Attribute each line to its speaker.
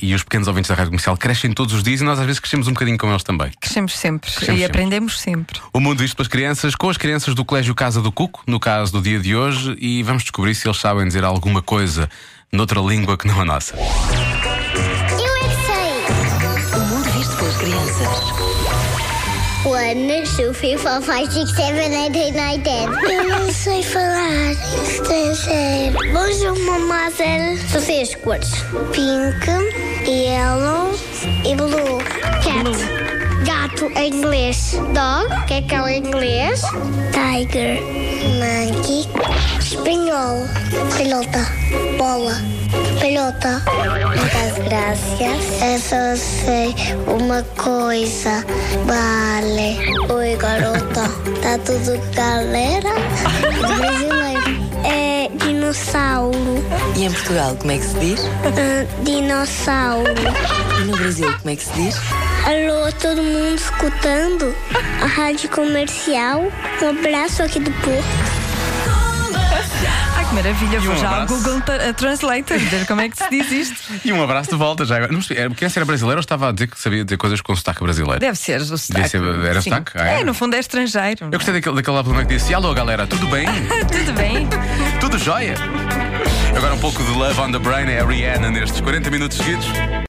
Speaker 1: e os pequenos ouvintes da rádio comercial crescem todos os dias e nós às vezes crescemos um bocadinho com eles também.
Speaker 2: Crescemos sempre
Speaker 1: Crescemos sempre.
Speaker 2: e aprendemos sempre.
Speaker 1: O mundo visto pelas crianças, com as crianças do Colégio Casa do Cuco, no caso do dia de hoje, e vamos descobrir se eles sabem dizer alguma coisa noutra língua que não a nossa.
Speaker 3: Eu é que sei!
Speaker 4: O mundo visto pelas crianças.
Speaker 3: One, two, three, four, five, six, seven, eight, eight, nine, ten. Eu não sei falar estrangeiro. Bonjour, mademoiselle. São seis cores. Pink, yellow e blue. Cat. Gato em inglês. Dog, que é cão em inglês. Tiger. Monkey. Espanhol. Pelota. Bola. Pelota. Muitas graças. Eu só sei uma coisa. Vale. Oi, garota. Tá tudo galera? Brasileiro. É dinossauro.
Speaker 4: E em Portugal, como é que se diz?
Speaker 3: Ah, dinossauro.
Speaker 4: E no Brasil, como é que se diz?
Speaker 3: Alô, todo mundo escutando? A rádio comercial. Um abraço aqui do Porto.
Speaker 2: Ai que maravilha, vou
Speaker 1: um
Speaker 2: já ao
Speaker 1: abraço.
Speaker 2: Google para- a Translator ver como é que se diz isto.
Speaker 1: E um abraço de volta já agora. Não sei, era- Queria ser brasileiro ou estava a dizer que sabia dizer coisas com sotaque brasileiro?
Speaker 2: Deve ser o sotaque.
Speaker 1: ser- era
Speaker 2: sim.
Speaker 1: sotaque? Ah,
Speaker 2: É,
Speaker 1: era.
Speaker 2: no fundo é estrangeiro.
Speaker 1: Eu gostei daquele, daquele problema que disse: Alô galera, tudo bem?
Speaker 2: Tudo bem?
Speaker 1: Tudo jóia? Agora um pouco de Love on the Brain é a Rihanna nestes 40 minutos seguidos.